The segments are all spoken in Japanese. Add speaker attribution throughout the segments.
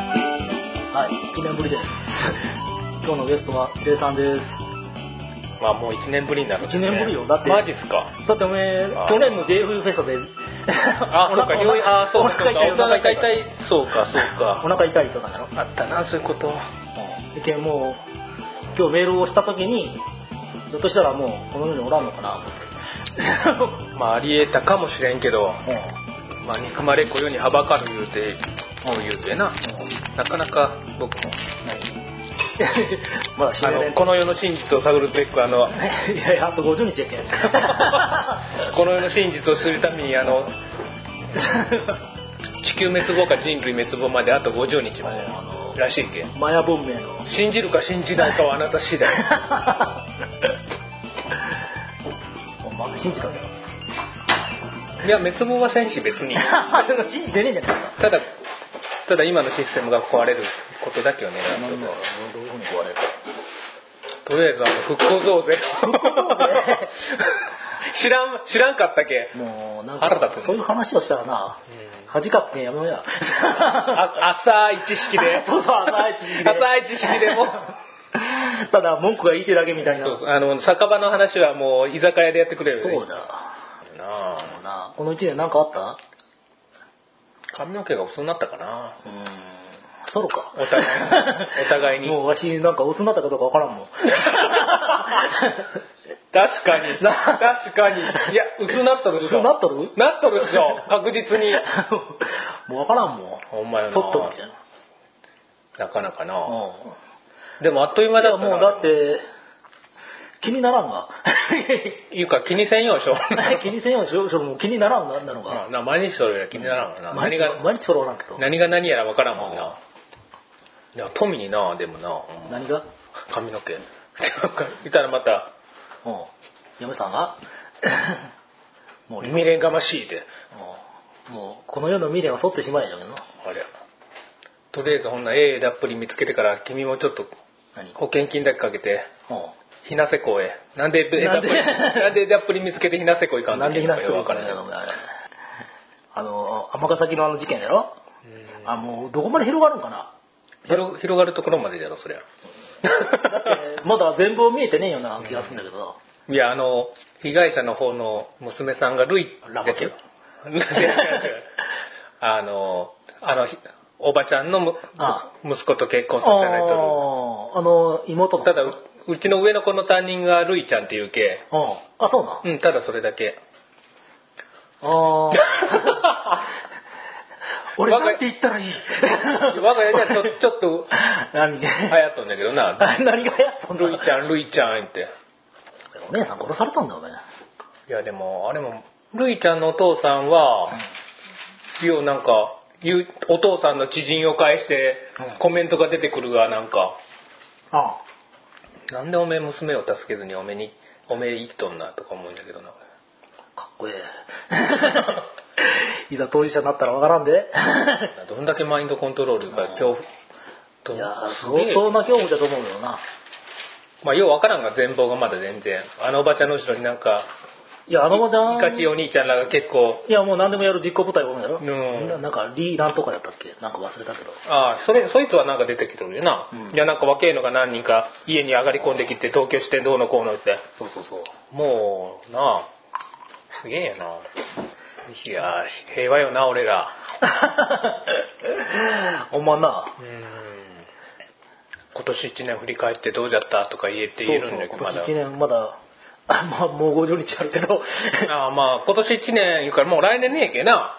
Speaker 1: はい、1年ぶりです。今日のゲストは、ケイさんです。
Speaker 2: まあもう1年ぶりになるんですね
Speaker 1: 一年ぶりよだって
Speaker 2: マジっすか
Speaker 1: だっておめえ、
Speaker 2: あー
Speaker 1: 去年の JFU フェスタで、
Speaker 2: あそうか
Speaker 1: お
Speaker 2: よいあ
Speaker 1: 腹
Speaker 2: そう
Speaker 1: お
Speaker 2: かそう
Speaker 1: 腹
Speaker 2: か
Speaker 1: お
Speaker 2: お
Speaker 1: 腹
Speaker 2: 腹
Speaker 1: 痛
Speaker 2: 痛
Speaker 1: い、お腹痛い。
Speaker 2: いそうかそう
Speaker 1: お
Speaker 2: か
Speaker 1: 腹痛いって言ったんだろ。
Speaker 2: あったなそういうこと
Speaker 1: でけんもう、今日メールをしたときに、ひょっとしたらもう、この世におらんのかなと 思って。
Speaker 2: まあありえたかもしれんけ
Speaker 1: うん
Speaker 2: ど、
Speaker 1: うん
Speaker 2: まあ、憎まれっ子世にはばかる言うてこう言うてななかなか僕も
Speaker 1: 何まだ死
Speaker 2: あ
Speaker 1: ねれ
Speaker 2: の
Speaker 1: ん
Speaker 2: この世の真実を探るべくあの
Speaker 1: いやいや、あと50日やけん。
Speaker 2: この世の真実を知るためにあの地球滅亡か人類滅亡まであと50日まで
Speaker 1: あの
Speaker 2: らしいけん
Speaker 1: マヤ文明の。
Speaker 2: 信じるか信じないかはあなた次第
Speaker 1: ほんま信じたん だよ。
Speaker 2: いや滅亡はせんし別に
Speaker 1: 信じてねえんじゃないか。
Speaker 2: ただただ今のシステムが壊れることだけを狙
Speaker 1: な
Speaker 2: うん
Speaker 1: だ
Speaker 2: と
Speaker 1: ろうどういうふうに壊れる
Speaker 2: とりあえずあの復興増税
Speaker 1: 興増税
Speaker 2: 知らん知らんかったけ、
Speaker 1: もうなんか
Speaker 2: 腹立つね
Speaker 1: そういう話をしたらな、恥かってやめようや。
Speaker 2: あ浅い知識で
Speaker 1: そうそう浅い知識で
Speaker 2: 浅い知識でも
Speaker 1: ただ文句が言いてるだけみたいな。
Speaker 2: そうそうあの酒場の話はもう居酒屋でやってくれる
Speaker 1: そうだ。
Speaker 2: なあ
Speaker 1: なこの一年なんかあっ
Speaker 2: 髪の毛が薄になったかな
Speaker 1: たうーん。ソロか。
Speaker 2: お互いにお互い に
Speaker 1: もうわしなんか薄になったかどうかわからんも ん。
Speaker 2: 確かに
Speaker 1: な
Speaker 2: 確かにいや薄なっとるっしょ
Speaker 1: 薄なっとる
Speaker 2: なっとるっしょ確実に
Speaker 1: もうわからんもん。
Speaker 2: ほんまよな
Speaker 1: 剃っとるみたいな。
Speaker 2: なかなかな、
Speaker 1: うん。
Speaker 2: でもあっという間だったな
Speaker 1: もうだって、気にならんが。
Speaker 2: いうか気にせんようでしょ
Speaker 1: 気にせんようにしようもう気にならんなんだのが。
Speaker 2: まあな毎日それは気にならんわな、
Speaker 1: 毎
Speaker 2: 何
Speaker 1: 日
Speaker 2: が
Speaker 1: 毎日揃わなんけど。
Speaker 2: 何が何やら分からんもんないや富になでもな、うん
Speaker 1: 何が
Speaker 2: 髪の毛 いたらまた
Speaker 1: うん。嫁さんが もう、うん
Speaker 2: 未練がましいで
Speaker 1: もう、この世の未練は沿ってしまえじゃんの。
Speaker 2: あれとりあえずほんなええだっぷり見つけてから君もちょっと
Speaker 1: 何
Speaker 2: 保険金だけかけて
Speaker 1: う
Speaker 2: 日なせ港へなんでえ えだっぷり
Speaker 1: なんで
Speaker 2: なんでええだっぷり見つけて日なせ港行か
Speaker 1: ん。
Speaker 2: ん
Speaker 1: なんで
Speaker 2: い
Speaker 1: 避
Speaker 2: の
Speaker 1: 難
Speaker 2: か
Speaker 1: し
Speaker 2: よ
Speaker 1: てる
Speaker 2: く
Speaker 1: か
Speaker 2: わからら
Speaker 1: ね
Speaker 2: ない
Speaker 1: あの、尼崎のあの事件やろ
Speaker 2: うん
Speaker 1: あ、もう、どこまで広がるんかな
Speaker 2: 広広がるところまでだろそりゃ
Speaker 1: だって、まだ全貌見えてねえような気がするんだけど。
Speaker 2: いや、あの、被害者の方の娘さんがルイ
Speaker 1: ラモス
Speaker 2: だけど あの、あの、ひおばちゃんのむ
Speaker 1: あ
Speaker 2: 息子と結婚させられて
Speaker 1: あーあ
Speaker 2: る。
Speaker 1: の、妹の。
Speaker 2: ただ、
Speaker 1: うん。
Speaker 2: ううちの上の子の担任がルイちゃんっていう系。
Speaker 1: あ、そうなん。
Speaker 2: うん、ただそれだけ。
Speaker 1: あ あ。俺
Speaker 2: 我が
Speaker 1: な
Speaker 2: 家
Speaker 1: んて言ったらいい
Speaker 2: 我が家ではちょちょっと
Speaker 1: 何
Speaker 2: 流行っとんだけどな。
Speaker 1: 何がやったんだ
Speaker 2: ルイちゃん、ルイちゃんって。
Speaker 1: お姉さん殺されたんだよね。
Speaker 2: いや、でも、あれも、ルイちゃんのお父さんは、ようなんか、ゆお父さんの知人を介して
Speaker 1: うん
Speaker 2: コメントが出てくるが、なんか、
Speaker 1: あ
Speaker 2: なんでおめえ娘を助けずにおめえにおめえ生きとんなとか思うんだけどな
Speaker 1: あ、かっこええ。い ざ当事者になったらわからんで。い
Speaker 2: どんだけマインドコントロールが恐怖と
Speaker 1: や
Speaker 2: すげ
Speaker 1: 相
Speaker 2: え
Speaker 1: 当な恐怖だと思うよな。
Speaker 2: まあようわからんが全貌がまだ全然あのおばちゃんの後ろになんか
Speaker 1: いや、あのおばちゃん。
Speaker 2: いかちいお兄ちゃんらが結構
Speaker 1: いや、もう何でもやる実行部隊おるんだよ。
Speaker 2: うん
Speaker 1: ななんか、リーなんとかだったっけなんか忘れたけど。
Speaker 2: ああそれそいつはなんか出てきてるよな、
Speaker 1: うん
Speaker 2: いやなんか若えのが何人か家に上がり込んできて東京してどうのこうのって
Speaker 1: そうそうそう。
Speaker 2: もうなあすげえよないや平和よな俺ら
Speaker 1: おまんな。
Speaker 2: うーん今年1年振り返ってどうだったとか言えて言えるんだけどま
Speaker 1: そ
Speaker 2: だ
Speaker 1: うそう今年1年まだ、あまあ、もう50日あるけど、
Speaker 2: ああまあ今年1年言うからもう来年ねえけな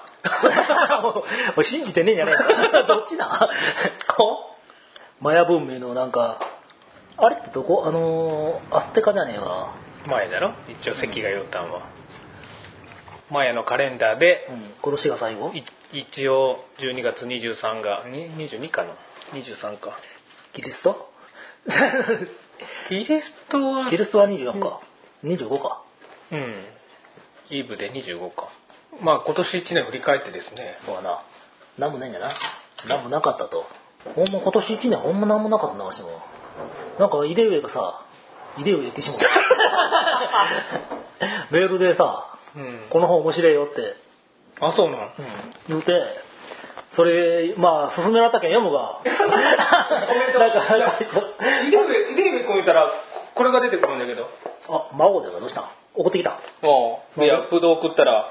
Speaker 1: もう信じてねえんじゃねえか。 どっちなマヤ文明のなんか、あれってどこあのー、アステカじゃねえわ。
Speaker 2: 前だろ一応関が陽ンはマヤのカレンダーで
Speaker 1: うん、今年が最後
Speaker 2: い一応12月23がに22かな23か
Speaker 1: キリスト
Speaker 2: キリストは
Speaker 1: キリストは24か。25か。
Speaker 2: うんイブで25かまあ今年1年振り返ってですね
Speaker 1: そうやな。なんもないんだな。なんもなかったと。ほんま今年一年ほんまなんもなかったな、わしも。なんか、イデウエがさ、イデウエ言って しもうた。メールでさ、
Speaker 2: うん
Speaker 1: この本面白いよって
Speaker 2: あそうなん
Speaker 1: 言うて、それ、まあ、勧められたけん読む が。
Speaker 2: メント
Speaker 1: なんか、なんか
Speaker 2: イデーベ、イデーベこいたら、これが出てくるんだけど。
Speaker 1: あ、孫だよ、どうしたん怒ってきた。
Speaker 2: うん。で、アップド送ったら、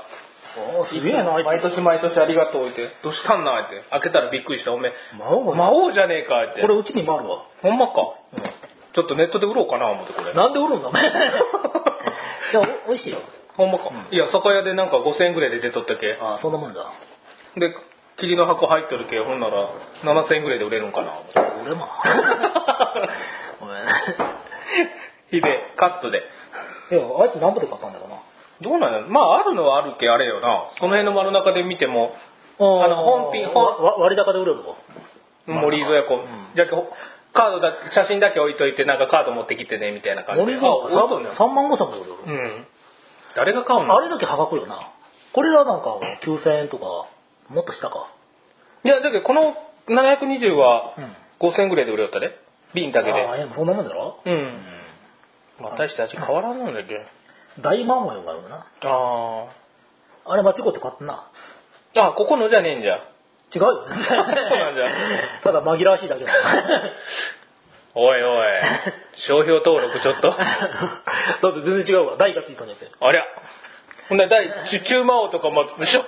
Speaker 1: おーすげえな、あいつ
Speaker 2: 毎年毎年ありがとうって、どうしたんなって、開けたらびっくりした。おめえ、
Speaker 1: 孫が
Speaker 2: 魔王じゃねえかって。
Speaker 1: これ、うちにもあるわ。
Speaker 2: ほんまか。ちょっとネットで売ろうかな、思ってこれ。
Speaker 1: なんでおるん だ、お前。いや、おいしいよ。
Speaker 2: ほんまか。いや、酒屋でなんか5000円ぐらいで出とったけ。
Speaker 1: ああ、そんなもんだ。
Speaker 2: で、霧の箱入っとるけ、ほんなら7000円ぐらいで売れるんかな。
Speaker 1: 俺 も。お 前。
Speaker 2: ひで、カットで。
Speaker 1: いや、あいつ何ぼで買ったんだろうな。
Speaker 2: どうなんやまあ、あるのはあるけ、あれよな。この辺の丸中で見ても、
Speaker 1: あ
Speaker 2: あの本品本
Speaker 1: わ割高で売れるとこ。
Speaker 2: 森蔵やこ、
Speaker 1: うん
Speaker 2: じゃけほカードだ写真だけ置いといてなんかカード持ってきてねみたいな感じで
Speaker 1: 森蔵
Speaker 2: あ置いとんねん
Speaker 1: 3万5千円で売れる。
Speaker 2: うん誰が買うの
Speaker 1: あれだけ破格よな。これはなんか9000円とか、もっとしたか。
Speaker 2: いやだけどこの720は
Speaker 1: うん。
Speaker 2: 5000円ぐらいで売れよったで瓶だけで
Speaker 1: ああ、いやそんなもんだろ
Speaker 2: う。
Speaker 1: うん
Speaker 2: まあ大して味変わらんのだけど
Speaker 1: 大魔王があるな。
Speaker 2: あ
Speaker 1: あれ間違って買ったな。
Speaker 2: ーあここのじゃねえんじゃ
Speaker 1: 違うよ。そう
Speaker 2: なんだ
Speaker 1: ただ紛らわしいだけだ。
Speaker 2: おい おい商標登録ちょっ と
Speaker 1: だって全然違うわ。大がついたんじゃなくて。
Speaker 2: ありゃほんなら第中中魔王とかもでし ょ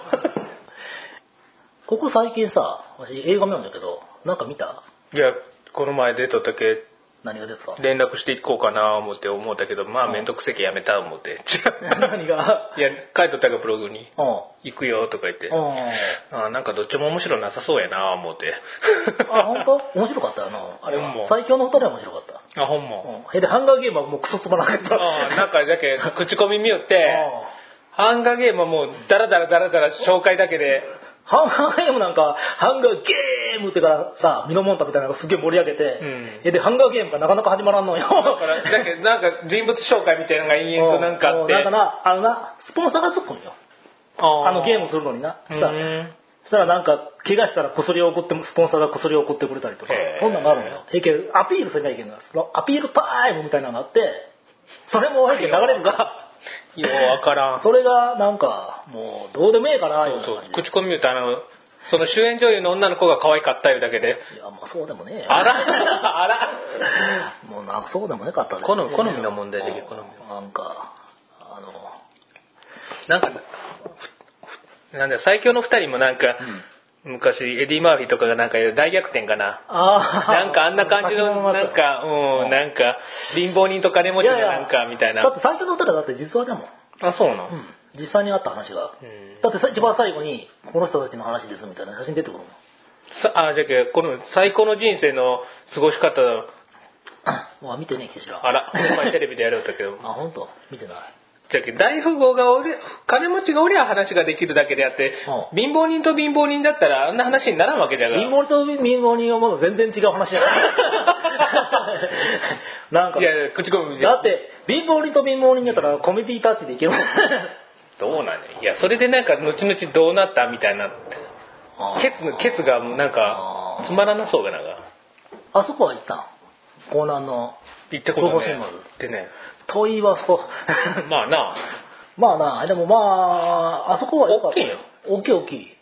Speaker 1: ここ最近さ、私映画見るんだけど、なんか見た
Speaker 2: いやこの前出とったけ
Speaker 1: 何が出てた
Speaker 2: 連絡していこうかな思って思ったけどまあ面倒くせえけやめた思 って
Speaker 1: 何が
Speaker 2: いや書いとったがブログに
Speaker 1: うん。
Speaker 2: 「行くよ」とか言って
Speaker 1: うん。
Speaker 2: あなんかどっちも面白なさそうやな思って
Speaker 1: あ、本当？面白かったよな。あれ
Speaker 2: うんも
Speaker 1: は
Speaker 2: う。
Speaker 1: 最強の二人は面白かった。
Speaker 2: あほんま
Speaker 1: うん。え、で、ハンガーゲームはもうクソつまらなかった。
Speaker 2: あなんかじゃけ口コミ見よって
Speaker 1: うん
Speaker 2: ハンガーゲームはもうダラダラダラダラ紹介だけで
Speaker 1: ハンガーゲームなんか、ハンガーゲームってからさ、ミノモンタみたいなのがすげえ盛り上げて、
Speaker 2: ん
Speaker 1: えで、ハンガーゲームがなかなか始まらんのよ。
Speaker 2: だからだけどなんか人物紹介みたいなのが延々となんかあっ
Speaker 1: うんなん
Speaker 2: て
Speaker 1: かな、あのな、スポンサーがつくんよ。あのゲームするのにな。
Speaker 2: う
Speaker 1: さ
Speaker 2: ん
Speaker 1: そしたらなんか、怪我したらこそりを送っても、スポンサーがこそりを送ってくれたりとか
Speaker 2: へー、
Speaker 1: そんなんがあるのよ。えけどアピールせないけんな。そのアピールタイムみたいなのがあって、それもえけん流れるが、
Speaker 2: ようわからん
Speaker 1: それがなんか、もうどうでもええかな、
Speaker 2: そう
Speaker 1: よう
Speaker 2: そ
Speaker 1: な
Speaker 2: う
Speaker 1: 感じ
Speaker 2: 口コミ見るとあのその主演女優の女の子が可愛かったいうだけで
Speaker 1: いや、まあそうでもねえよ
Speaker 2: あらあら
Speaker 1: もうなそうでもなかったね
Speaker 2: 好み好みの問題だけど好み
Speaker 1: なんかあの
Speaker 2: なんか、ふなんだよ最強の二人もなんか、昔、エディ・マーフィーとかがなんか大逆転かな。
Speaker 1: あー
Speaker 2: なんかあんな感じ
Speaker 1: 先
Speaker 2: の、
Speaker 1: 物だ
Speaker 2: な
Speaker 1: っ
Speaker 2: ん
Speaker 1: た
Speaker 2: か、うん、なんか、貧乏人と金持ちのなんか、みたい
Speaker 1: だ
Speaker 2: な
Speaker 1: っ。て最初の歌だって実話でもん、
Speaker 2: あ、そうなの
Speaker 1: 実際にあった話が、
Speaker 2: うん
Speaker 1: だってさ一番最後にこの人たちの話ですみたいな写真出てくるもん
Speaker 2: さあ、じゃけ、この最高の人生の過ごし方、
Speaker 1: まあ見てねえけしら
Speaker 2: あら、この前テレビでやるんだけど、
Speaker 1: あ本当見てない
Speaker 2: じゃけ、大富豪がおりゃ金持ちがおりゃ話ができるだけであって、
Speaker 1: う
Speaker 2: 貧乏人と貧乏人だったらあんな話にならんわけだから。
Speaker 1: 貧乏と貧乏人はまだ全然違う話だから なんか
Speaker 2: いやいや、口コミ見て
Speaker 1: だって貧乏人と貧乏人やったらコメディタッチでいけるもん
Speaker 2: どうなんねいや、それでなんか、後々どうなったみたいな。 ケツの、ケツがなんか
Speaker 1: あ、ー
Speaker 2: つまらなそうがなんか。
Speaker 1: あそこは行ったん江南の
Speaker 2: 言ったことね
Speaker 1: どこも。
Speaker 2: でね。
Speaker 1: 遠いはそう
Speaker 2: まあな、
Speaker 1: まあなでもまああそこは良かった
Speaker 2: 大きいよ
Speaker 1: 大きい大きい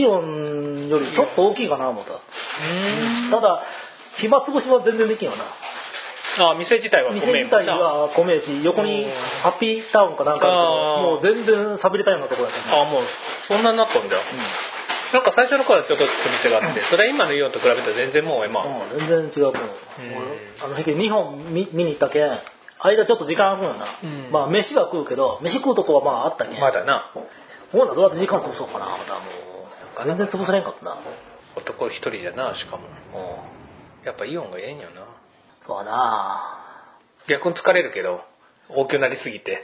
Speaker 1: イオンよりちょっと大きいかな思ったただ暇つぶしは全然できんよな
Speaker 2: あ、店自体はご
Speaker 1: 店
Speaker 2: めん
Speaker 1: 自体は米やし横に
Speaker 2: うん
Speaker 1: ハッピータウンかなんかあるけどもう全然喋りたいようなところやったな
Speaker 2: あ、もう、そんなになったんだ。なんか最初の頃はちょっと店があって、それは今のイオンと比べたら全然もう今、まあ
Speaker 1: うん、うん、全然違うと思う
Speaker 2: うん
Speaker 1: 俺あの2本見見に行ったけん間ちょっと時間空くよな、
Speaker 2: うん
Speaker 1: まあ飯は食うけど飯食うとこはまああったけん
Speaker 2: まだな、
Speaker 1: ほんならどうやって時間潰そうかな、またもう。全然潰されんかったな。
Speaker 2: 男一人じゃな、しかも。
Speaker 1: うん。
Speaker 2: やっぱイオンがええんよな。
Speaker 1: そうだな
Speaker 2: 逆に疲れるけど、大きくなりす ぎて。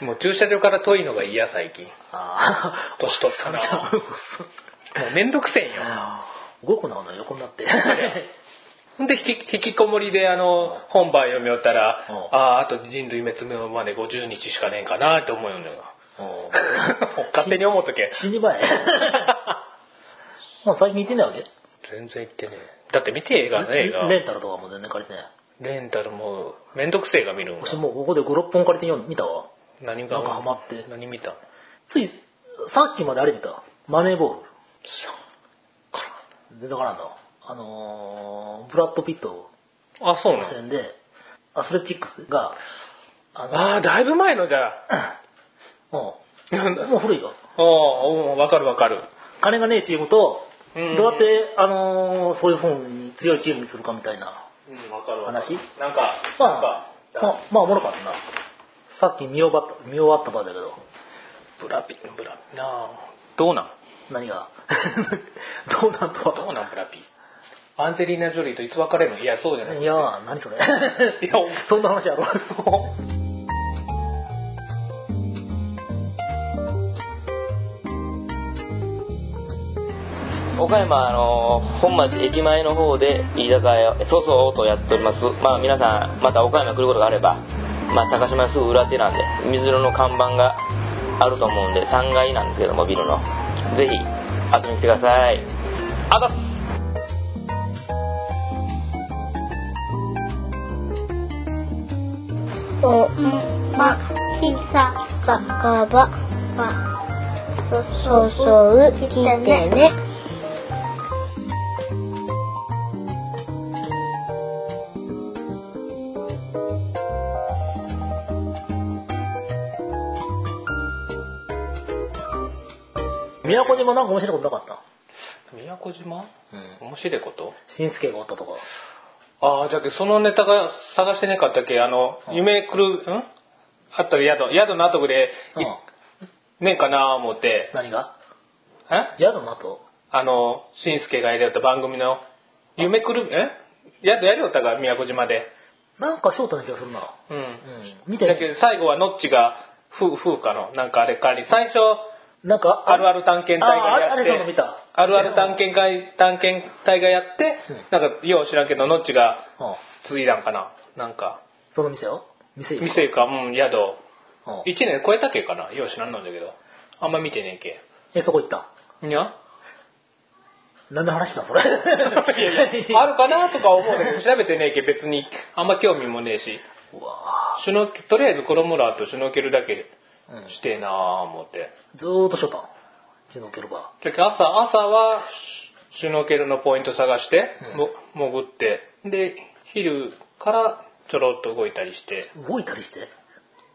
Speaker 2: もう駐車場から遠いのが嫌、最近。
Speaker 1: あ
Speaker 2: 年取ったな。もうめんどくせえんよ。
Speaker 1: ー。動くな、の横にな って。
Speaker 2: ほんで引き、引きこもりで、あの、本番読みよったら、
Speaker 1: うん
Speaker 2: ああー、あと人類滅亡まで50日しかねえかなって思うの よ。
Speaker 1: うん
Speaker 2: 勝手に思っとけ。
Speaker 1: 死にばえ。もう最近行ってないわけ
Speaker 2: 全然言ってねえ。だって見て映画ね、映画。
Speaker 1: レンタルとかも全然借りてない。
Speaker 2: レンタルも、めんどくせえが見るん
Speaker 1: 私
Speaker 2: が。
Speaker 1: もうここで5、6本借りてよ見たわ。
Speaker 2: 何が
Speaker 1: なんかハマって
Speaker 2: 何見た
Speaker 1: つい、さっきまであれ見た。マネーボール。全然わからんの。あのー、ブラッド・ピット
Speaker 2: あ、そうな
Speaker 1: の
Speaker 2: の
Speaker 1: 戦で、アスレティックスが、あの、
Speaker 2: ああ、だいぶ前のじゃあ。
Speaker 1: も
Speaker 2: あ
Speaker 1: う、もう古いよ。
Speaker 2: あ、うんわかるわかる。
Speaker 1: 金がねえチームと、どう
Speaker 2: うん
Speaker 1: やって、あのーそういう風に強いチームにするかみたいな。
Speaker 2: うん、わかる
Speaker 1: わかる
Speaker 2: なんか、
Speaker 1: ま
Speaker 2: なんか
Speaker 1: あ、、まあ、まあ、おもろかったな。さっき見終わった、見終わったばだけど、
Speaker 2: ブラピ、ブラピなあ。どうなん
Speaker 1: 何が。 どうなんと
Speaker 2: ど
Speaker 1: は。
Speaker 2: うなんブラピ。アンジェリーナ・ジョリーといつ別れるのいや、そうじゃない。
Speaker 1: いやー、何それ。
Speaker 2: い やお
Speaker 1: そんな話やろ。
Speaker 3: 岡山あの本町駅前の方で居酒屋そうそうとやっておりますまあ皆さんまた岡山来ることがあればまあ高島のすぐ裏手なんで水色の看板があると思うんで3階なんですけどもビルのぜひ遊びに来てくださいあざっす
Speaker 4: おまひさかばばそそうきてね。
Speaker 1: 宮古島なんか面白いことなかっ
Speaker 2: 宮古島
Speaker 1: た。うん。
Speaker 2: 面白いこと
Speaker 1: 新助がおったとか。
Speaker 2: ああ、じゃあけそのネタが探してねかったっけあの、
Speaker 1: うん
Speaker 2: 夢来る、んあった宿、宿の後で、
Speaker 1: うん。
Speaker 2: いねんかな思って、
Speaker 1: 何が
Speaker 2: ん
Speaker 1: 宿の後
Speaker 2: あの、しんすけがやりよった番組の、夢来る、え宿やりよったが、宮古島で。
Speaker 1: なんかショートな気がするな。
Speaker 2: う。
Speaker 1: うんん。見て
Speaker 2: だけど、最後はのっちが、ふ、風かの、なんかあれかに、最初、
Speaker 1: なんか、
Speaker 2: あるある探検隊
Speaker 1: あ
Speaker 2: が
Speaker 1: あれ
Speaker 2: や
Speaker 1: あ
Speaker 2: っ
Speaker 1: れ
Speaker 2: て、
Speaker 1: その見た。
Speaker 2: あるある探検会、探検隊がやって
Speaker 1: うん、
Speaker 2: なんか、よう知らんけど、のっちが、
Speaker 1: うん。
Speaker 2: ついだんかな。なんか、
Speaker 1: その店よ。店よ。
Speaker 2: 店か、うん、宿。
Speaker 1: うん。
Speaker 2: 1年超えたけかな。よう知らんのんだけど。あんま見てねえけ。
Speaker 1: え、そこ行った。
Speaker 2: にゃ
Speaker 1: 何の話だ、それ。
Speaker 2: いやい やあるかなとか思うんだけど、調べてねえけ、別に。あんま興味もねえし。
Speaker 1: うわ
Speaker 2: シュノとりあえず衣らとシュノーケルだけ
Speaker 1: ぁうん
Speaker 2: してえなあ思って
Speaker 1: ずーっとしょったん。シュノーケルバ
Speaker 2: じゃあ朝朝はシュノーケルのポイント探して、
Speaker 1: うん
Speaker 2: も潜ってで昼からちょろっと動いたりして
Speaker 1: ー。動いたりして。
Speaker 2: い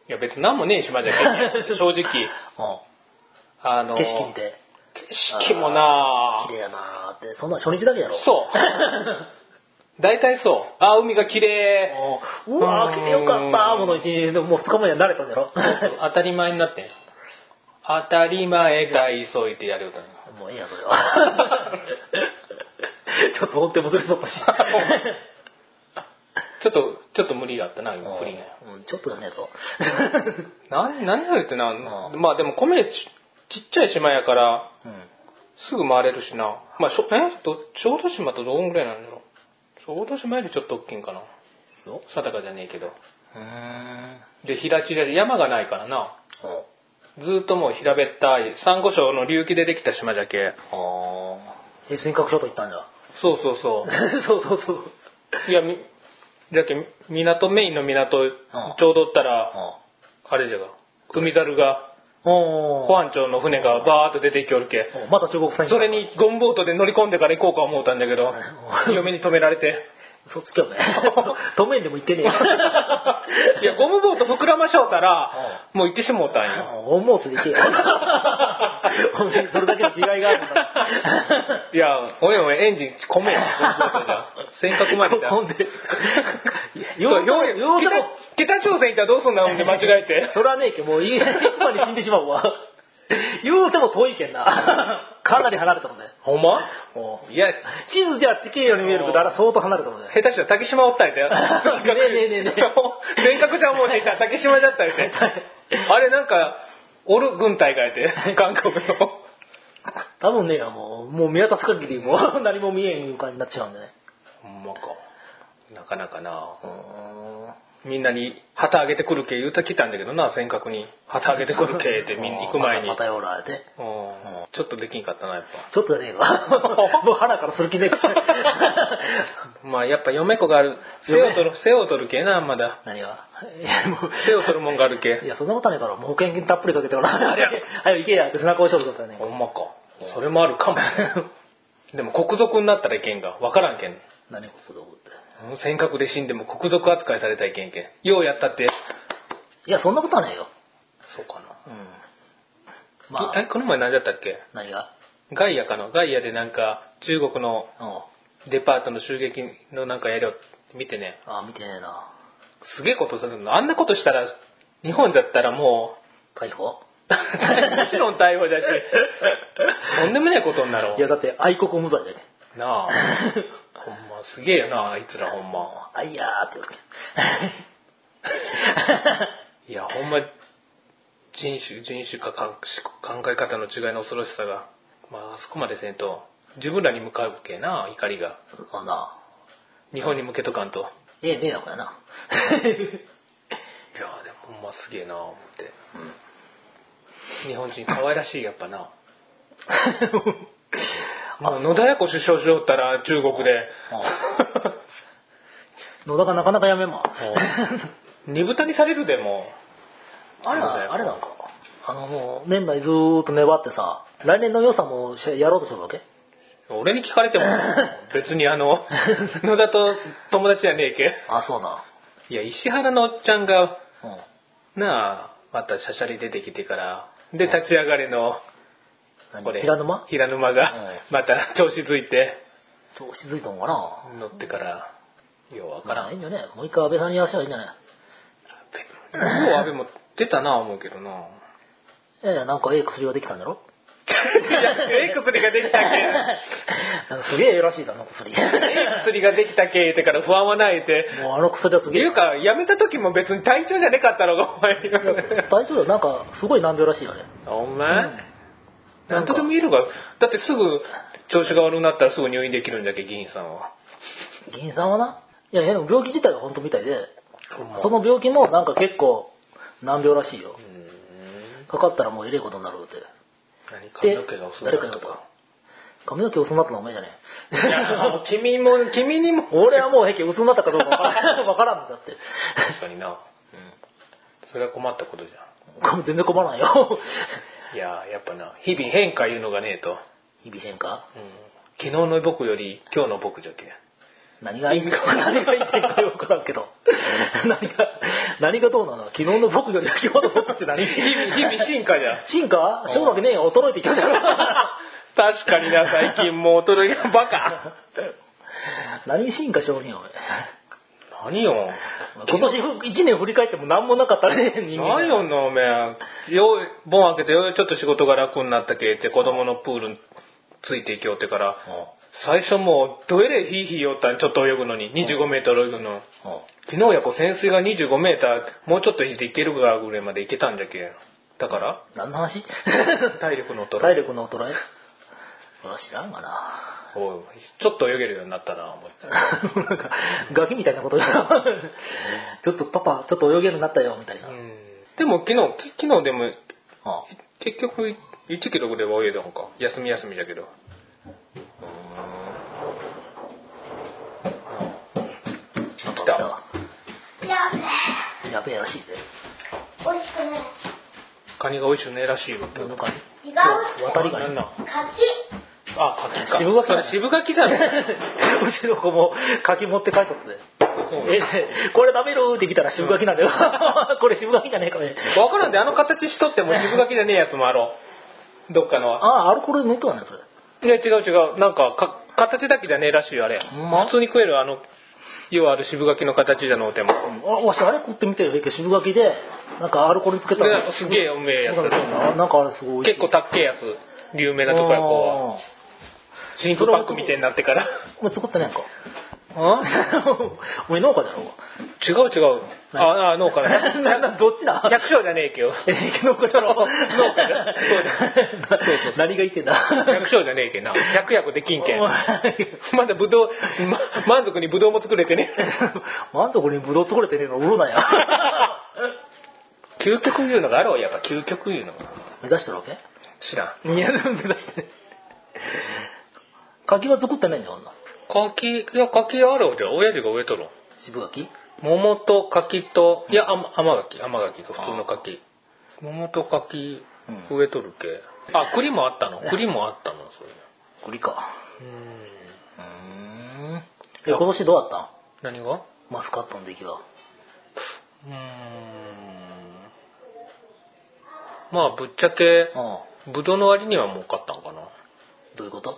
Speaker 2: や別に何もねえ島じゃけ ん正直あ
Speaker 1: う
Speaker 2: の
Speaker 1: ん。景色見て。
Speaker 2: 景色もなあ
Speaker 1: 綺麗やなーって。そんな初日だけやろ。
Speaker 2: そう大体そうあ海が綺麗
Speaker 1: うんうわー、来てよかったー。もの一日、でももう二日もや慣れたんだろ。
Speaker 2: 当たり前になってん当たり前が急いでやるよと
Speaker 1: もういいや、それは。 ちょっと音程戻りそうかし。
Speaker 2: ちょっとちょっと無理だったな今不利ね
Speaker 1: うん、ちょっとだねえぞ。
Speaker 2: 何何が言ってな、
Speaker 1: う
Speaker 2: まあでも米ちちっちゃい島やから
Speaker 1: うん。
Speaker 2: すぐ回れるしなまあしょえと小豆島とどんぐらいなんだろう小豆島よりちょっと大きいんかな
Speaker 1: よ
Speaker 2: 定かじゃねえけど
Speaker 1: うーん。
Speaker 2: で平地で山がないからな
Speaker 1: お
Speaker 2: ずーっともう平べったい珊瑚礁の隆起でできた島じゃけ
Speaker 1: あー。え、尖閣諸島行ったんだ。
Speaker 2: そうそうそ
Speaker 1: そうそうそう。
Speaker 2: ういやみじゃけ港メインの港ちょうどおったらあれじゃが海猿が
Speaker 1: お
Speaker 2: 保安庁の船がバーッと出てきおるけ
Speaker 1: おまた中国船
Speaker 2: それにゴムボートで乗り込んでから行こうか思うたんだけど
Speaker 1: う、ん
Speaker 2: 嫁に止められ て。
Speaker 1: そっち今日ね止めんでも行ってねえよ
Speaker 2: いや、ゴムボート膨らましょうたら、もう行ってしもうたんよ。
Speaker 1: 思うとで きえよおめえそれだけの違いがあるんだ
Speaker 2: いや、おいおい、エンジン込めよ、ゴムボートじゃ。尖閣ま でだ。
Speaker 1: ほ んで
Speaker 2: よ
Speaker 1: よう
Speaker 2: う、よう、
Speaker 1: よう
Speaker 2: 北北朝鮮行ったらどうすんだほんで間違え て。
Speaker 1: そらねえけどもういい今に死んでしまうわ言うても遠いけんなかなり離れたもんね
Speaker 2: ほんま
Speaker 1: おう
Speaker 2: いや、
Speaker 1: 地図じゃ地形ように見えるけどあれは相当離れたもんね
Speaker 2: 下手したら竹島おったりだ よ。
Speaker 1: ねえ ねえねえねえ
Speaker 2: 尖閣じゃもうていたら竹島だったりで。あれなんか、おる軍隊がいて、韓国の。
Speaker 1: 多分ねもうもう見渡す限りもう 何も見えん感じになっちゃうんだね
Speaker 2: ほんまか。なかなかな。
Speaker 1: うーん
Speaker 2: みんなに旗あげてくるけ言うてきたんだけどな、尖閣に。旗あげてくるけってみ んな行く前に。う
Speaker 1: ま
Speaker 2: ん
Speaker 1: たよられて。
Speaker 2: ちょっとできんかったな、やっ
Speaker 1: ちょっとねえわ。もう腹からする気ねえくせに
Speaker 2: ぱ。まあやっぱ嫁子がある。背を取る、背を取るけな、まだ。
Speaker 1: 何がいや、もう。
Speaker 2: 背を取るもんがあるけ
Speaker 1: い。や、そんなことはねえから、もう保険金たっぷりかけておら。あ
Speaker 2: りゃ
Speaker 1: はよ、行けや、って背中押しとることだね
Speaker 2: ほ。んまか。それもあるかも でも国賊になったらいけんが分からんけん
Speaker 1: 何こそどうって
Speaker 2: 尖閣で死んでも国賊扱いされたらいけんけんようやったって
Speaker 1: いやそんなことはねえよ
Speaker 2: そうかなうん
Speaker 1: ま
Speaker 2: え
Speaker 1: あ
Speaker 2: この前何だったっけ
Speaker 1: 何が
Speaker 2: ガイアかなガイアでなんか中国の
Speaker 1: うん
Speaker 2: デパートの襲撃のなんかやりを見てね
Speaker 1: あ見てねえな
Speaker 2: すげえことするのあんなことしたら日本だったらもう
Speaker 1: 逮捕
Speaker 2: もちろん逮捕 だしとんでもないことになろ
Speaker 1: いやだって愛国無罪だよね
Speaker 2: うなあほんますげえよなあ いつらほんま
Speaker 1: あいやーって言わ れ
Speaker 2: いやほんま人種人種かか考え方の違いの恐ろしさがまああそこまでせんと自分らに向かうけえな怒りが
Speaker 1: る あな
Speaker 2: 日本に向けとかんといや
Speaker 1: ええ迷惑や な
Speaker 2: でもほんますげえなあ思って
Speaker 1: うん
Speaker 2: 日本人可愛らしいやっぱなまあ野田や子首相しよったら中国で
Speaker 1: 野田がなかなかやめんま
Speaker 2: 二豚にされるでも
Speaker 1: あれ
Speaker 2: そうだよ
Speaker 1: なあれなんかあのもう年内ずーっと粘ってさ来年の予算もしやろうとするわけ
Speaker 2: 俺に聞かれ ても別にあの野田と友達じゃねえけ
Speaker 1: あそうない
Speaker 2: や石原のおっちゃんが
Speaker 1: うん
Speaker 2: なあまたシャシャリ出てきてからで立ち上がりの
Speaker 1: 何
Speaker 2: これ
Speaker 1: 平沼
Speaker 2: 平沼が
Speaker 1: うん
Speaker 2: また調子づいて
Speaker 1: そうしづいたのかな
Speaker 2: 乗ってからようわ
Speaker 1: わ
Speaker 2: からん
Speaker 1: いいんじゃねもう一回安倍さんにやらしたらいいんじゃね
Speaker 2: 今日阿部も出たな思う けどな
Speaker 1: ええなんかええ薬ができたんだろ
Speaker 2: いや ええ薬ができたけ
Speaker 1: なんかすげえええらしいだな薬
Speaker 2: ええ薬ができたけってから不安はないって
Speaker 1: もうあの薬はす
Speaker 2: っ
Speaker 1: げ
Speaker 2: て
Speaker 1: え
Speaker 2: いうか辞めた時も別に体調じゃねかったのがお前
Speaker 1: 大丈夫よなんかすごい難病らしいよね
Speaker 2: お
Speaker 1: う
Speaker 2: 前
Speaker 1: ん
Speaker 2: 何とでも言えるがだってすぐ調子が悪くなったらすぐ入院できるんじゃけ議員さんは
Speaker 1: 議員さんはないやいやでも病気自体は本当みたいでそ
Speaker 2: の
Speaker 1: の病気もなんか結構難病らしいよ
Speaker 2: うーん
Speaker 1: かかったらもうえれえことになるって
Speaker 2: 何髪の毛が薄
Speaker 1: 誰か
Speaker 2: い
Speaker 1: に
Speaker 2: と
Speaker 1: と
Speaker 2: か
Speaker 1: か髪の毛薄くなったのお前じゃね
Speaker 2: いや もう君も君に も
Speaker 1: え俺はもう平気薄くなったかどうかわからんわからんんだって
Speaker 2: 確かになそれは困ったことじゃ
Speaker 1: これ全然困らないよ
Speaker 2: んいややっぱな日々変化いうのがねえと、
Speaker 1: 日々変化
Speaker 2: 昨日の僕より今日の僕じゃけ
Speaker 1: 何がいいんか何がいいってかよくわからんけど何が何がどうなの昨日の僕より今日の僕って何
Speaker 2: 日々日々進化じゃん
Speaker 1: 進化そうなわけねえよ衰えてきただろ
Speaker 2: 確かにな最近もう 衰えがバカ
Speaker 1: 何に進化しようねんおい
Speaker 2: 何よ
Speaker 1: 今年1年振り返っても何もなかった ね人間
Speaker 2: 何よんなおめえよう盆開けてようちょっと仕事が楽になったけって子供のプールについていきよってから最初もうどえれいヒーヒーよったんちょっと泳ぐのに2 5メートル泳ぐの昨日やこう潜水が2 5メーターもうちょっと引いていけるがぐらいまでいけたんじゃけだから
Speaker 1: 何の話
Speaker 2: 体力の衰
Speaker 1: 体
Speaker 2: え
Speaker 1: 力の衰えそら知らんがな
Speaker 2: おいちょっと泳げるようになったな思って
Speaker 1: なんかガキみたいなこと がちょっとパパちょっと泳げるようになったよみたいな、
Speaker 2: でも昨日き昨日でも
Speaker 1: あ
Speaker 2: 結局1キロぐらいは泳いだんか休み休みだけど
Speaker 1: なんか
Speaker 2: 来た
Speaker 4: やべ
Speaker 1: やべえらしいぜ
Speaker 4: え。美味しくない。
Speaker 2: カニが美味しいねらしいよ
Speaker 1: どのか に
Speaker 4: 違う。
Speaker 1: 渡りが
Speaker 2: なんなん
Speaker 4: 柿。
Speaker 2: あ、柿か。
Speaker 1: 渋柿
Speaker 2: それ渋柿じゃん。
Speaker 1: うちの子も柿持って帰っとって
Speaker 2: そうね
Speaker 1: えこれ食べるって来たら渋柿なんだよ これ渋柿じゃねえかね
Speaker 2: わからんで、あの形しとっても渋柿じゃねえやつもあろう。どっかの。
Speaker 1: ああアルコール乗っとんねそれ
Speaker 2: いや、違う違う。なんかか、形だけじゃねえらしいよ、あれ。
Speaker 1: ほんま
Speaker 2: 普通に食える、あの、要はある渋柿の形じゃのうても。
Speaker 1: あわしあれ食ってみてよ渋柿でなんかアルコールつけたら
Speaker 2: ねすげえうめえやつ
Speaker 1: 渋柿だななんかあれすごい美味し
Speaker 2: 結
Speaker 1: い
Speaker 2: 構高えやつ。有名なとこや、こう。シンクパックみたいになっ てから。
Speaker 1: うお前作ってないんか
Speaker 2: ん
Speaker 1: お前農家だろ
Speaker 2: 違う違う。あ、あ、農家だ。
Speaker 1: ななどっちだ
Speaker 2: 百姓じゃねえけよ。
Speaker 1: え農家だ ろ農
Speaker 2: 家だそうだそうそうそう
Speaker 1: 何が言ってんだ
Speaker 2: 百 姓じゃねえけな。百薬できんけん
Speaker 1: お。前
Speaker 2: まだぶどう、ま満足にぶどうも作れてね。
Speaker 1: あんたこれブドウ取れてねえのウロなん や
Speaker 2: 究極いうのがあろう、やっぱ究極いうのが。
Speaker 1: 目指してるわけ
Speaker 2: 知らん。
Speaker 1: いや、目指して。柿は作ってないんだよ、あんな。
Speaker 2: 柿、いや、柿あるわけよ。親父が植えとる。
Speaker 1: 渋柿
Speaker 2: 桃と柿と、いや、あま甘柿、甘柿と普通の柿。桃と柿
Speaker 1: うん
Speaker 2: 植えとるけ。あ栗もあったの栗もあったのそれ
Speaker 1: 栗か。
Speaker 2: うん
Speaker 1: うーん。え、今年どうだっ
Speaker 2: 何が
Speaker 1: たマスカットの出来は。
Speaker 2: うーんまあぶっちゃけ
Speaker 1: ああ
Speaker 2: ブドウの割には儲かったのかな
Speaker 1: どういうこと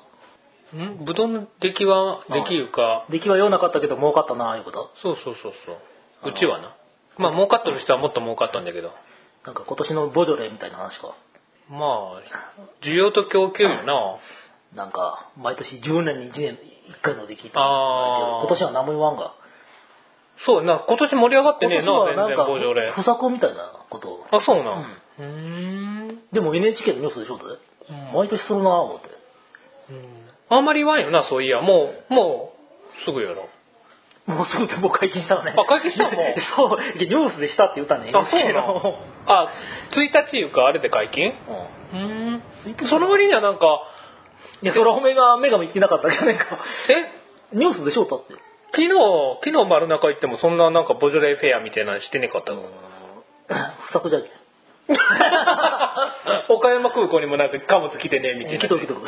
Speaker 2: んブドウの出来は
Speaker 1: ああ
Speaker 2: 出来いうか
Speaker 1: 出来は良なかったけど儲かったな、いうこと
Speaker 2: そうそうそうそううちはなまあ儲かっとる人はもっと儲かったんだけど
Speaker 1: なんか今年のボジョレーみたいな話か。
Speaker 2: まあ需要と供給よな
Speaker 1: なんか、毎年10年に1年、1回の出来って。
Speaker 2: ああ
Speaker 1: 今年は何も言わんが。
Speaker 2: そうやな今年盛り上がってねえ
Speaker 1: 今
Speaker 2: な
Speaker 1: 年は
Speaker 2: 全然ボジョレ
Speaker 1: なんか、不作みたいなことを。
Speaker 2: あそうなんうーん
Speaker 1: でも NHK のニュースでしょ、それ。
Speaker 2: うん
Speaker 1: 毎年するなぁ、思って。
Speaker 2: あんまり言わんよなそういやもうもうすぐやろ
Speaker 1: もうすぐでもう解禁したわね。
Speaker 2: あ解禁したもう
Speaker 1: そう、ニュースでしたって言ったね。
Speaker 2: あ、そうな
Speaker 1: NHK
Speaker 2: の
Speaker 1: の
Speaker 2: あ、1日いうか、あれで解禁
Speaker 1: うん
Speaker 2: うん
Speaker 1: 日
Speaker 2: その割にはなんか、
Speaker 1: いや、それはおめが、目が行ってなかったけど、なんか、
Speaker 2: え
Speaker 1: ニュースでしょ、だって。
Speaker 2: 昨日、昨日丸中行ってもそんななんかボジョレーフェアみたいなのしてねえかっ たの
Speaker 1: 不作じ ゃけん。
Speaker 2: 岡山空港にもなんか貨物来てねえみたい
Speaker 1: え
Speaker 2: な。
Speaker 1: 来と る来とる。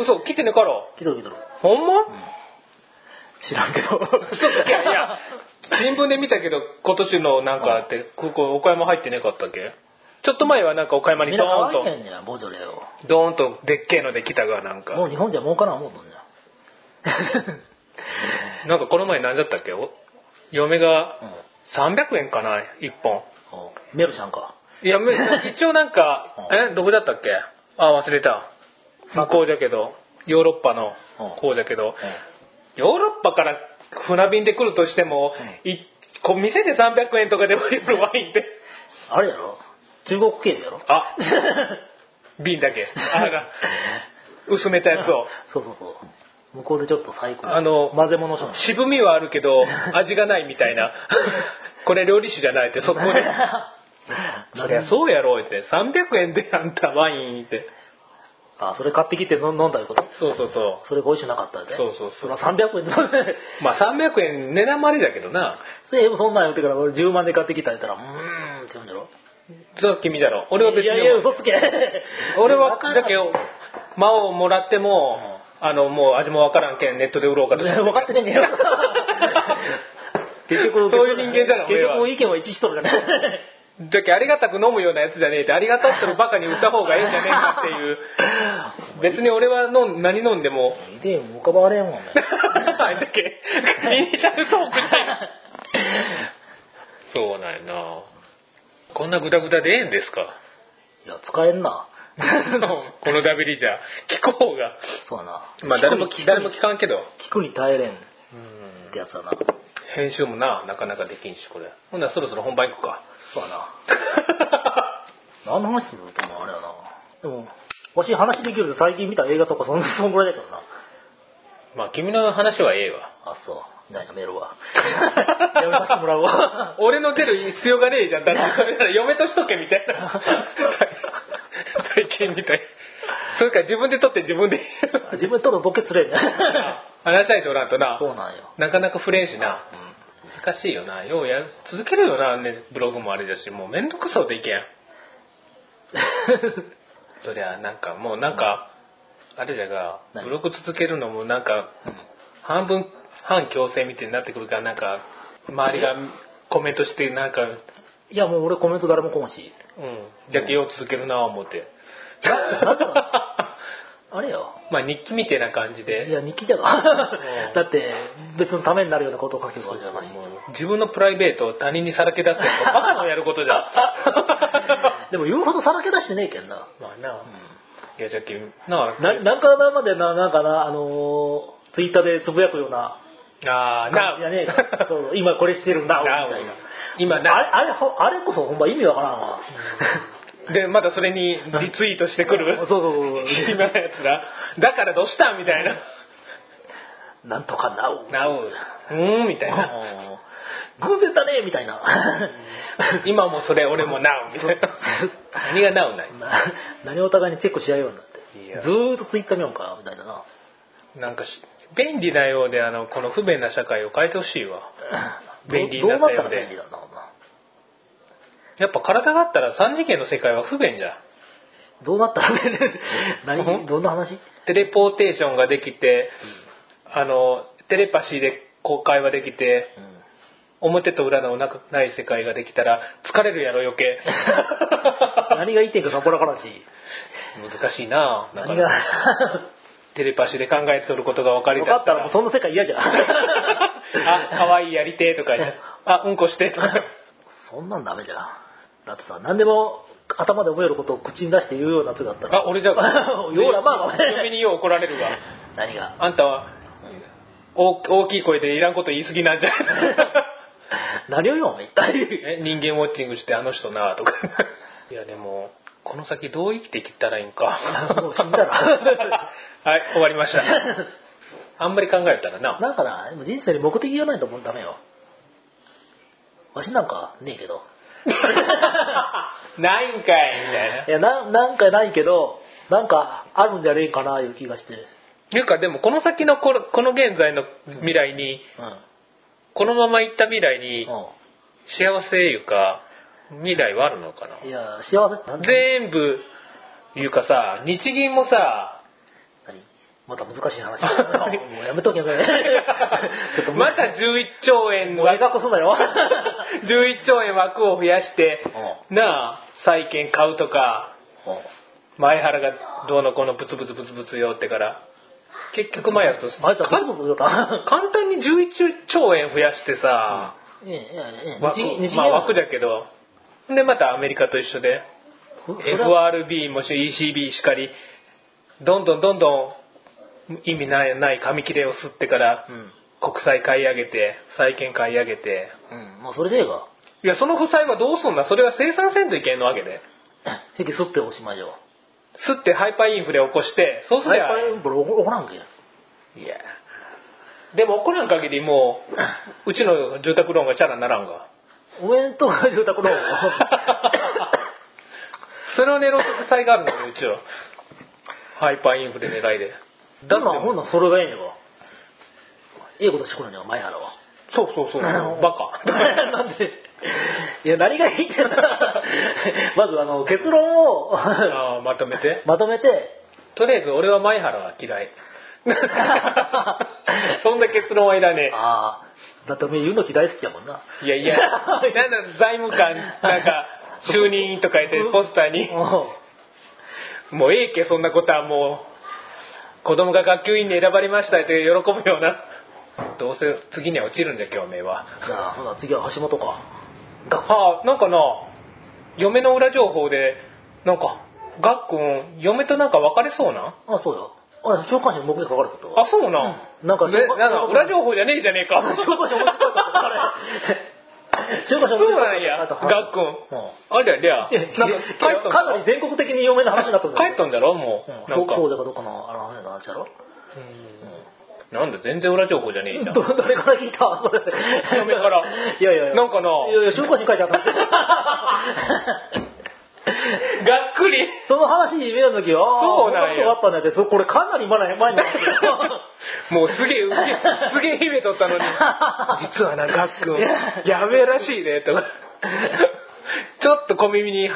Speaker 2: 嘘、来てねえから。
Speaker 1: 来とる来とる。
Speaker 2: ほんま
Speaker 1: 知らんけど。
Speaker 2: 嘘つけ、い や、新聞で見たけど、今年のなんかあって、空港、岡山入ってねえかったっけちょっと前はなんか岡山
Speaker 1: み
Speaker 2: に
Speaker 1: ん
Speaker 2: ド
Speaker 1: な
Speaker 2: ーン
Speaker 1: 可愛い
Speaker 2: と、
Speaker 1: ねんや、ボジョレを。
Speaker 2: ドーンとでっけえので来たがなん
Speaker 1: もう
Speaker 2: か、
Speaker 1: 日本じゃ儲からんもんのんじゃ。
Speaker 2: なんかこの前なんじゃったっけお嫁が
Speaker 1: うん
Speaker 2: 300円かな1本
Speaker 1: おメルシャンか。
Speaker 2: いや め一応なんかえどこだったっけあ忘れた向こうじゃけどヨーロッパの
Speaker 1: うん
Speaker 2: こうじゃけどヨーロッパから船便で来るとしても、いこう店で300円とかでもるワインって
Speaker 1: あれやろ中国経由やろ
Speaker 2: あ瓶だけあら薄めたやつを
Speaker 1: そうそうそう。向こうでちょっと最高。
Speaker 2: あの
Speaker 1: 混ぜ物します。
Speaker 2: 渋みはあるけど味がないみたいなこれ料理酒じゃないってそ こでそりゃそうやろうって300円であんたワインって
Speaker 1: あ、それ買ってきて飲んだいうこと
Speaker 2: そうそうそ
Speaker 1: それが美味しくなかったんで。
Speaker 2: そうそうそう
Speaker 1: れは300円で。
Speaker 2: うまあ300円値段もあれだけどな
Speaker 1: それ、えそんなん言ってから俺10万で買ってきた言ったら、うーんって言うんだろ。
Speaker 2: それは君だろ俺は別に
Speaker 1: いやいや、嘘つけ。
Speaker 2: 俺は
Speaker 1: わからん
Speaker 2: だけど間をもらっても、あのもう味もわからんけんネットで売ろうかと
Speaker 1: ね分かってねえんだ よ。結局、
Speaker 2: そういう人間だろ俺
Speaker 1: 結
Speaker 2: は
Speaker 1: 局、意見は一致しとるからね。
Speaker 2: だけありがたく飲むようなやつじゃねえってありがたってるバカに売った方がいいんじゃねえかっていう別に俺は飲ん何飲んで も
Speaker 1: イデーも浮かばれんもんね。
Speaker 2: あれだけイニシャルトークじゃんそうなんやなこんなグダグダでええんですか
Speaker 1: いや、使えんな。
Speaker 2: このダビリじゃ聞こうが
Speaker 1: そうやな。
Speaker 2: まあ誰 も
Speaker 1: 聞くに
Speaker 2: 誰も聞かんけど
Speaker 1: 聞くに耐えれんってやつだな。
Speaker 2: 編集もななかなかできんしこれほんならそろそろ本番行く か
Speaker 1: そうやな。何の話するともあれやな。でも、わし話できるで最近見た映画とかそんなそんぐらいだけどな。
Speaker 2: まあ君の話はええわ
Speaker 1: あ、そう。じゃあやめる わ。やめさせてもらう わ。
Speaker 2: 俺の出る必要がねえじ ゃんだってそれなら嫁としとけみたいな最近みたいそれか自分で撮って自分で
Speaker 1: 自分とのボケつれんね。
Speaker 2: 話したいとおらんとな
Speaker 1: そうなんよ。
Speaker 2: なかなか触れんしな、難しいよなようや続けるよな、ね、ブログもあれだしもうめんどくそうで いけんそりゃなんかもうなんか、あれじゃが
Speaker 1: 何
Speaker 2: ブログ続けるのもなんか、
Speaker 1: うん
Speaker 2: 半分半強制みたいになってくるからなんか周りがコメントしてなんか
Speaker 1: いや、もう俺コメント誰も来んし。
Speaker 2: うんじゃけよう続けるな思って
Speaker 1: ななんでなのあれよ。
Speaker 2: まあ日記みたいな感じ
Speaker 1: い
Speaker 2: で
Speaker 1: や、日記じゃろ。だって、別のためになるようなことを書けるわけじゃない。
Speaker 2: もう自分のプライベートを他人にさらけ出すのバカのや ることじゃん
Speaker 1: でも言うほどさらけ出してねえけんな。
Speaker 2: まあな、いやじゃけなあ
Speaker 1: ななんかなまでな、なんかな、あのー、ツイッターでつぶやくような
Speaker 2: ああ。
Speaker 1: 感じじゃねえかそう今これしてるんだ、み
Speaker 2: な
Speaker 1: たいな。
Speaker 2: 今
Speaker 1: あれ、
Speaker 2: な
Speaker 1: あれほ、あれこそほんま意味わからんわ。
Speaker 2: でまたそれにリツイートしてくる
Speaker 1: そうそうそう
Speaker 2: 今のやつらだからどうしたみたいな
Speaker 1: そう。なんとかなお。
Speaker 2: なおうーんみたい
Speaker 1: う
Speaker 2: な
Speaker 1: ん 偶然だね、みたいな。
Speaker 2: 今もそれ俺もなおみたいな 何がなおない
Speaker 1: な何をお互いにチェックし合うようになって
Speaker 2: いや
Speaker 1: ずーっとツイッター見ようかみたいなな
Speaker 2: なんかし便利なようであのこの不便な社会を変えてほしいわ便利
Speaker 1: ど
Speaker 2: にな
Speaker 1: う
Speaker 2: っ
Speaker 1: な
Speaker 2: たよ
Speaker 1: った
Speaker 2: う
Speaker 1: ら便利
Speaker 2: で
Speaker 1: だなお前
Speaker 2: やっぱ体があったら三次元の世界は不便じゃん
Speaker 1: どうなったら 何どんな話
Speaker 2: テレポーテーションができて、あのテレパシーで公開はできて表と裏のなくない世界ができたら疲れるやろ余計
Speaker 1: 何が言いてんかさっぽらからし
Speaker 2: 難しいな ぁな
Speaker 1: 何
Speaker 2: ん
Speaker 1: が
Speaker 2: かテレパシーで考えとることが分かり
Speaker 1: 分
Speaker 2: だ
Speaker 1: かっ
Speaker 2: したた
Speaker 1: らも
Speaker 2: ら
Speaker 1: うそんな世界嫌じゃん
Speaker 2: あ可愛いやりてーとか言ってあうんこしてと か
Speaker 1: そんなんダメじゃんだってさ何でも頭で覚えることを口に出して言うようなやつだったら
Speaker 2: あ俺じ ゃ
Speaker 1: ようらまあごめん
Speaker 2: 嫁によう怒られるわ
Speaker 1: 何が
Speaker 2: あんたは大大きい声でいらんこと言い過ぎなんじ ゃない
Speaker 1: 何を言おうの一体
Speaker 2: え人間ウォッチングしてあの人な とかいやでもこの先どう生きていったらいいんか
Speaker 1: もう死んだら
Speaker 2: はい終わりましたあんまり考えたら な
Speaker 1: なんかなでも人生に目的がないともうダメよわしなんかねえけど
Speaker 2: ないんかいみたいない
Speaker 1: やななんかないけどなんかあるんじゃねえかないう気がして
Speaker 2: いうかでもこの先のこのこの現在の未来に
Speaker 1: うん、
Speaker 2: このまま行った未来に
Speaker 1: う、
Speaker 2: 幸せいうか未来はあるのかなん
Speaker 1: いや幸せって何
Speaker 2: 全部いうかさ日銀も さ
Speaker 1: 何また難しい話 もうやめとけやめとけちょっともう
Speaker 2: また11兆 円
Speaker 1: もう
Speaker 2: は
Speaker 1: 映画こそだ よ
Speaker 2: 11兆円枠を増やして、なあ、債券買うとか、前原がどうのこうのブツブツブツブツよってから、結局前原と、
Speaker 1: あいつは
Speaker 2: か
Speaker 1: どういうことか
Speaker 2: 簡単に11兆円増やしてさ、
Speaker 1: ええええええ
Speaker 2: 枠
Speaker 1: 日銀
Speaker 2: まあ枠
Speaker 1: で
Speaker 2: だけど、でまたアメリカと一緒で、FRB もし ECB しかり、どんどんどんどん意味ないない紙切れを吸ってから
Speaker 1: う、ん
Speaker 2: 国債買い上げて、債券買い上げて、
Speaker 1: うんもうそれでええが
Speaker 2: いや、その負債はどうすんだそれは生産せんといけんのわけで。
Speaker 1: 席吸っておしまいよ
Speaker 2: 吸ってハイパーインフレ起こして、そうす
Speaker 1: ハイ
Speaker 2: りゃ
Speaker 1: パーインフレ怒らんけ
Speaker 2: いや。でも怒らん限りもう、うちの住宅ローンがチャラにならんが。
Speaker 1: おめでとう住宅ロ ーン
Speaker 2: それを狙う負債があるのよ、うちは。ハイパーインフレ狙いで。だ
Speaker 1: だ
Speaker 2: っ
Speaker 1: か
Speaker 2: て
Speaker 1: らほんならそれがええんやろええことしてくるんや前原は
Speaker 2: そうそ うそう、バカ。
Speaker 1: なんでいや何がいいってん だまずあの結論を
Speaker 2: ああまとめて。
Speaker 1: まとめて
Speaker 2: とりあえず俺は前原は 嫌い。そんな結論はいらねえ。
Speaker 1: ああ、だっておめえ言うの嫌い好きやもんな。
Speaker 2: いやい や、なんだ、財務官、なん か、就任とか言って、ポスターに、
Speaker 1: う
Speaker 2: もうええけ、そんなことはもう、子供が学級委員に選ばれましたって喜ぶような、どうせ次には落ちるんじゃ、今日、おめえは。
Speaker 1: ん。じゃあ、ほな次は橋本か。
Speaker 2: はあ、なんかな、嫁の裏情報で、なんか、がっくん、嫁となんか別れそうな
Speaker 1: あ、そうよ。あ、教官誌に目撃書かれてたわ
Speaker 2: あ、そうな。
Speaker 1: なんか
Speaker 2: ねなんか裏情報じゃねえじゃねえか。
Speaker 1: 教科書面白かった。あれ。教科書面
Speaker 2: そう
Speaker 1: 白か
Speaker 2: なんや、
Speaker 1: った。
Speaker 2: がっくん。ありゃりゃ、
Speaker 1: いやなん
Speaker 2: え
Speaker 1: かかかなり
Speaker 2: 帰
Speaker 1: 全国的に有名な話になったんだ
Speaker 2: っとんだろ、もう。
Speaker 1: うん
Speaker 2: なんか
Speaker 1: そうだかどうかのあの話の話やろ
Speaker 2: なんだ、全然裏情報じゃねえじゃ ん。
Speaker 1: ど誰から聞いたそれ
Speaker 2: 嫁から
Speaker 1: いやいやいや
Speaker 2: なんかない
Speaker 1: やいや週刊誌に書い てあった
Speaker 2: がっくり
Speaker 1: その話に見えた時は、ああ
Speaker 2: そうなんや
Speaker 1: こんなことがあったんだって、そこれかなり前の前になってる
Speaker 2: もうすげえ、すげえ秘めとったのに、実はな、がっくん、やべえらしいね、とか。 ちょっと小耳に、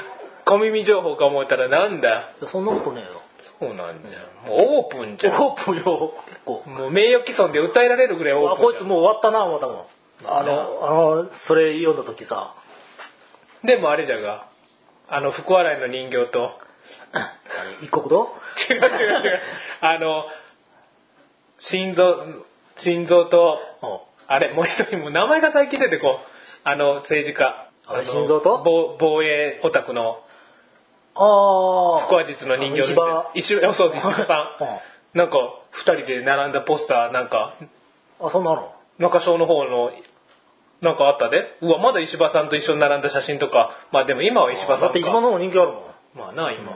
Speaker 2: 小耳情報か思ったら、なんだ、
Speaker 1: そんなことねえ
Speaker 2: そうなんだよ。もうオープンじゃ
Speaker 1: よ。
Speaker 2: ん。
Speaker 1: オープンよ、結構。
Speaker 2: もう名誉毀損で訴えられるぐらいオ
Speaker 1: あ、
Speaker 2: ープ
Speaker 1: こ
Speaker 2: ン
Speaker 1: い
Speaker 2: じ
Speaker 1: つ
Speaker 2: ゃん
Speaker 1: もう終わったな、思ったもん。あの、あの、それ読んだ時さ、
Speaker 2: でもあれじゃが、あの、福笑いの人形と、
Speaker 1: あれ一国堂
Speaker 2: 違う違う違う、あの、心臓、心臓と、あれ、もう一人、もう名前が最近出てこう。あの、政治家。
Speaker 1: あれ
Speaker 2: の
Speaker 1: 心臓と
Speaker 2: 防防衛オタクの、
Speaker 1: ああ。
Speaker 2: 腹話術の人形
Speaker 1: 石場。
Speaker 2: 一緒、そう、 石場さ
Speaker 1: うん
Speaker 2: ん。なんか、二人で並んだポスター、なんか、
Speaker 1: あ、そんなの
Speaker 2: 中小の方の、なんかあったで。うわ、まだ石場さんと一緒に並んだ写真とか、まあでも今は石場
Speaker 1: だ
Speaker 2: さ
Speaker 1: っ
Speaker 2: ん
Speaker 1: て石破の
Speaker 2: か。
Speaker 1: 方が人気あるもん。
Speaker 2: まあな、今。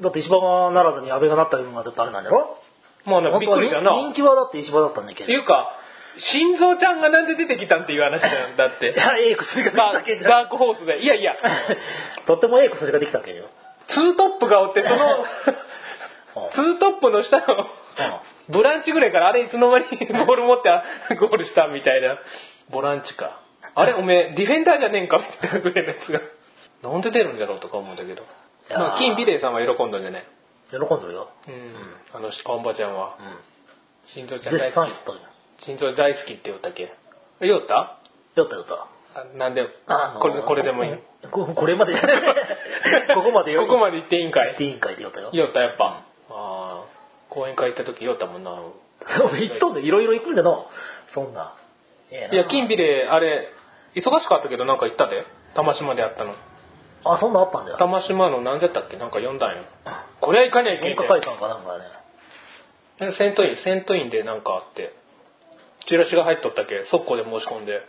Speaker 1: だって石破がならずに安倍がなったのがだってあれなんだろ
Speaker 2: まあな、びっくりだな。
Speaker 1: 本当は人気はだって石破だったんだけ
Speaker 2: っ
Speaker 1: ど。
Speaker 2: ていうか、心臓ちゃんがなんで出てきたんっていう話なんだっ
Speaker 1: い
Speaker 2: て。
Speaker 1: や、ええ薬ができ
Speaker 2: ま
Speaker 1: た
Speaker 2: あ
Speaker 1: わ けじゃん
Speaker 2: ダークホースで。いやいや、
Speaker 1: とってもええ薬ができたわけよ。
Speaker 2: ツートップがおって、その、ツートップの下の、 ブランチぐらいからあれいつの間に ボール持ってゴールしたみたいな。ボランチか。あれおめえ、ディフェンダーじゃねえんかみたいなぐらいのやつが。なんで出るんだろうとか思うんだけど。
Speaker 1: やー
Speaker 2: まあ、金美玲さんは喜んだんじゃね。
Speaker 1: 喜んでるよ。
Speaker 2: うん。あの、シカンバちゃんは
Speaker 1: う、ん。
Speaker 2: 心臓ちゃん大
Speaker 1: 絶
Speaker 2: 好
Speaker 1: 賛
Speaker 2: き
Speaker 1: し。とるやん。
Speaker 2: 心臓大好きって言ったっけ言った
Speaker 1: やったやった。
Speaker 2: あなんで、
Speaker 1: あの
Speaker 2: これ、これでもいい。
Speaker 1: こ これまでここまでよ
Speaker 2: ここまで言っていいんかい
Speaker 1: 委員会でよったよ
Speaker 2: 言ったやっぱ。ああ、講演会行った時言ったもんな。
Speaker 1: 俺行っとんでいろいろ行くんだのそんなええない
Speaker 2: や、金美で、あれ、忙しかったけどなんか行ったで。玉島でやったの。
Speaker 1: あそんなあったんだよ
Speaker 2: 玉島の何じゃったっけなんか読んだんよ。これは行かねえけ
Speaker 1: 文化
Speaker 2: ん
Speaker 1: 会館かなんかね
Speaker 2: で。セントイン、セントインでなんかあって。チラシが入っとったっけ速攻で申し込んで。
Speaker 1: は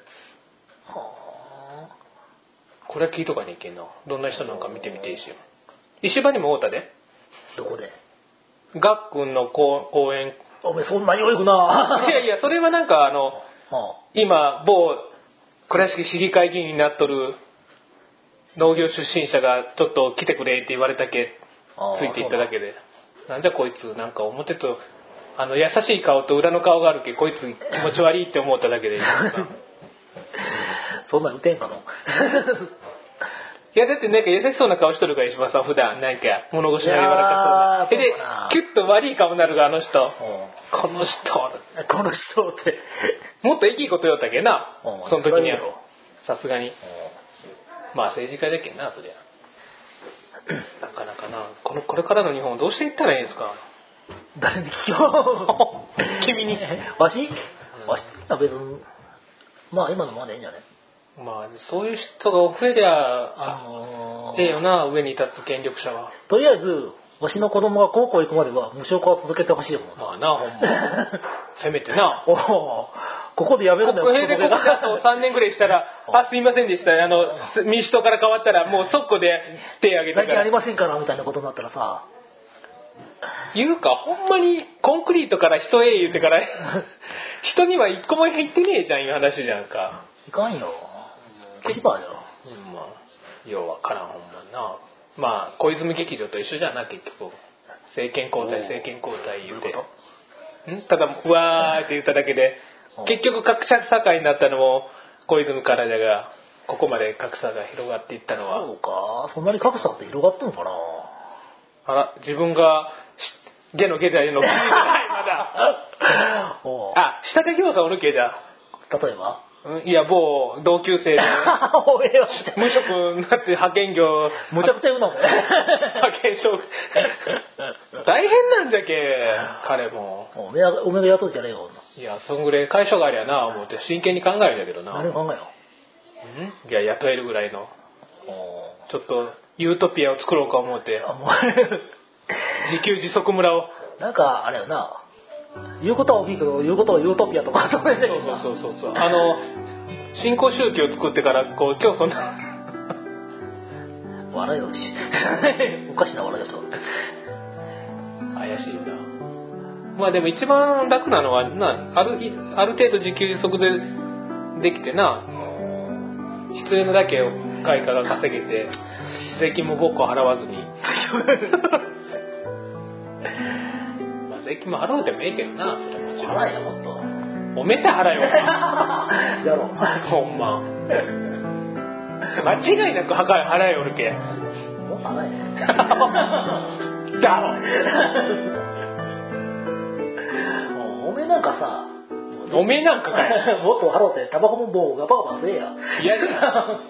Speaker 1: あ
Speaker 2: これは聞いとかねえけんな。どんな人なんか見てみていいし。石場にも会うたで。
Speaker 1: どこで
Speaker 2: がっくんの講講演。
Speaker 1: おめえそんなによくない
Speaker 2: やいや、それはなんかあの、
Speaker 1: は
Speaker 2: 今某倉敷市議会議員になっとる農業出身者がちょっと来てくれって言われたけ
Speaker 1: ああ
Speaker 2: ついていっただけでなんじゃこいつなんか表とあの優しい顔と裏の顔があるけこいつ気持ち悪いって思った だけでいや
Speaker 1: あそんなん打てんかの
Speaker 2: だってなんか優しそうな顔しとるから石破さん普段なんか物腰の柔らかそう
Speaker 1: い
Speaker 2: な
Speaker 1: やーそうかな
Speaker 2: でキュッと悪い顔になるがあの人
Speaker 1: う
Speaker 2: この
Speaker 1: ん
Speaker 2: 人
Speaker 1: この人って
Speaker 2: もっといいこと言おったけな
Speaker 1: うん
Speaker 2: その時にや
Speaker 1: それはいいよ
Speaker 2: さすがに
Speaker 1: う
Speaker 2: まあ政治家だっけんなそりゃなかなかなこのこれからの日本どうしていったらいいんですか
Speaker 1: ん誰に聞きよ
Speaker 2: 君に
Speaker 1: わしわしは別にまあ今のままでいいんじゃね
Speaker 2: まあそういう人が増えりゃ
Speaker 1: あ
Speaker 2: あ
Speaker 1: のー
Speaker 2: ええよな上に立つ権力者は
Speaker 1: とりあえず、わしの子供が高校行くまでは無償化を続けてほしいもんな。
Speaker 2: まあなほんませめ てな
Speaker 1: おお、ここでやめるんだよ、
Speaker 2: 国平で
Speaker 1: ここ
Speaker 2: 国
Speaker 1: で
Speaker 2: 家と3年ぐ らいしたら「あすいませんでしたあのす民主党から変わったらもう即行で手挙げ
Speaker 1: 最
Speaker 2: てか
Speaker 1: 近あ
Speaker 2: ら
Speaker 1: りませんから、みたいなことになったらさ、
Speaker 2: 言うかほんまにコンクリートから人へ言うてから 人には一個も入ってねえじゃんいう話じゃんか
Speaker 1: いかんよ。キバーよ。
Speaker 2: うんまあようわからんほんまなまあ小泉劇場と一緒じゃな結局政権交代
Speaker 1: おう
Speaker 2: 政権交代言う
Speaker 1: どういう
Speaker 2: て
Speaker 1: こ
Speaker 2: んただうわーって言っただけで
Speaker 1: おう
Speaker 2: 結局格差社会になったのも小泉からだがここまで格差が広がっていったの
Speaker 1: そ
Speaker 2: は
Speaker 1: うか、そんなに格差って広がってんの かな。
Speaker 2: あら自分がし下の下だよの聞いてないまだ
Speaker 1: おう
Speaker 2: あ下手業者おるけじゃ
Speaker 1: 例えば
Speaker 2: うんいや某同 級生で
Speaker 1: おめえは
Speaker 2: 無職になって派遣業
Speaker 1: むちゃくちゃ言うな、 おめえ。
Speaker 2: 派遣職大変なんじゃけ彼も
Speaker 1: おめえはおめえが雇うじゃねえよ、
Speaker 2: いやそんぐらい会社がありゃな思って真剣に考えるんだけどな
Speaker 1: 何も考えよ。
Speaker 2: うんいや雇えるぐらいの
Speaker 1: おう
Speaker 2: ちょっとユートピアを作ろうか思って
Speaker 1: あもう
Speaker 2: 自給自足村を
Speaker 1: なんか、あれよな、言うことは大きいけど、言うことはユートピアとか、そう
Speaker 2: そうそうそうそうそうあの新興宗教を作ってからこう今日そんな
Speaker 1: 笑い よし。おかしな笑いだと。
Speaker 2: 怪しいなまあでも一番楽なのはなあるいある程度自給自足でできてな必要なだけ外貨が稼げて税金も僕を払わずにまあ税金も払うてもええけどなそれもちろ
Speaker 1: 笑い
Speaker 2: ん
Speaker 1: よ、もっと。
Speaker 2: おめえて払えよお前
Speaker 1: やろう。
Speaker 2: ほんま。間違いなくはか払えよるけ。
Speaker 1: もっと荒いね。
Speaker 2: だろ。
Speaker 1: おめえなんかさ、
Speaker 2: おめえなんかかよ。
Speaker 1: もっと笑うって、タバコも棒がバーバーせえや。
Speaker 2: いやいや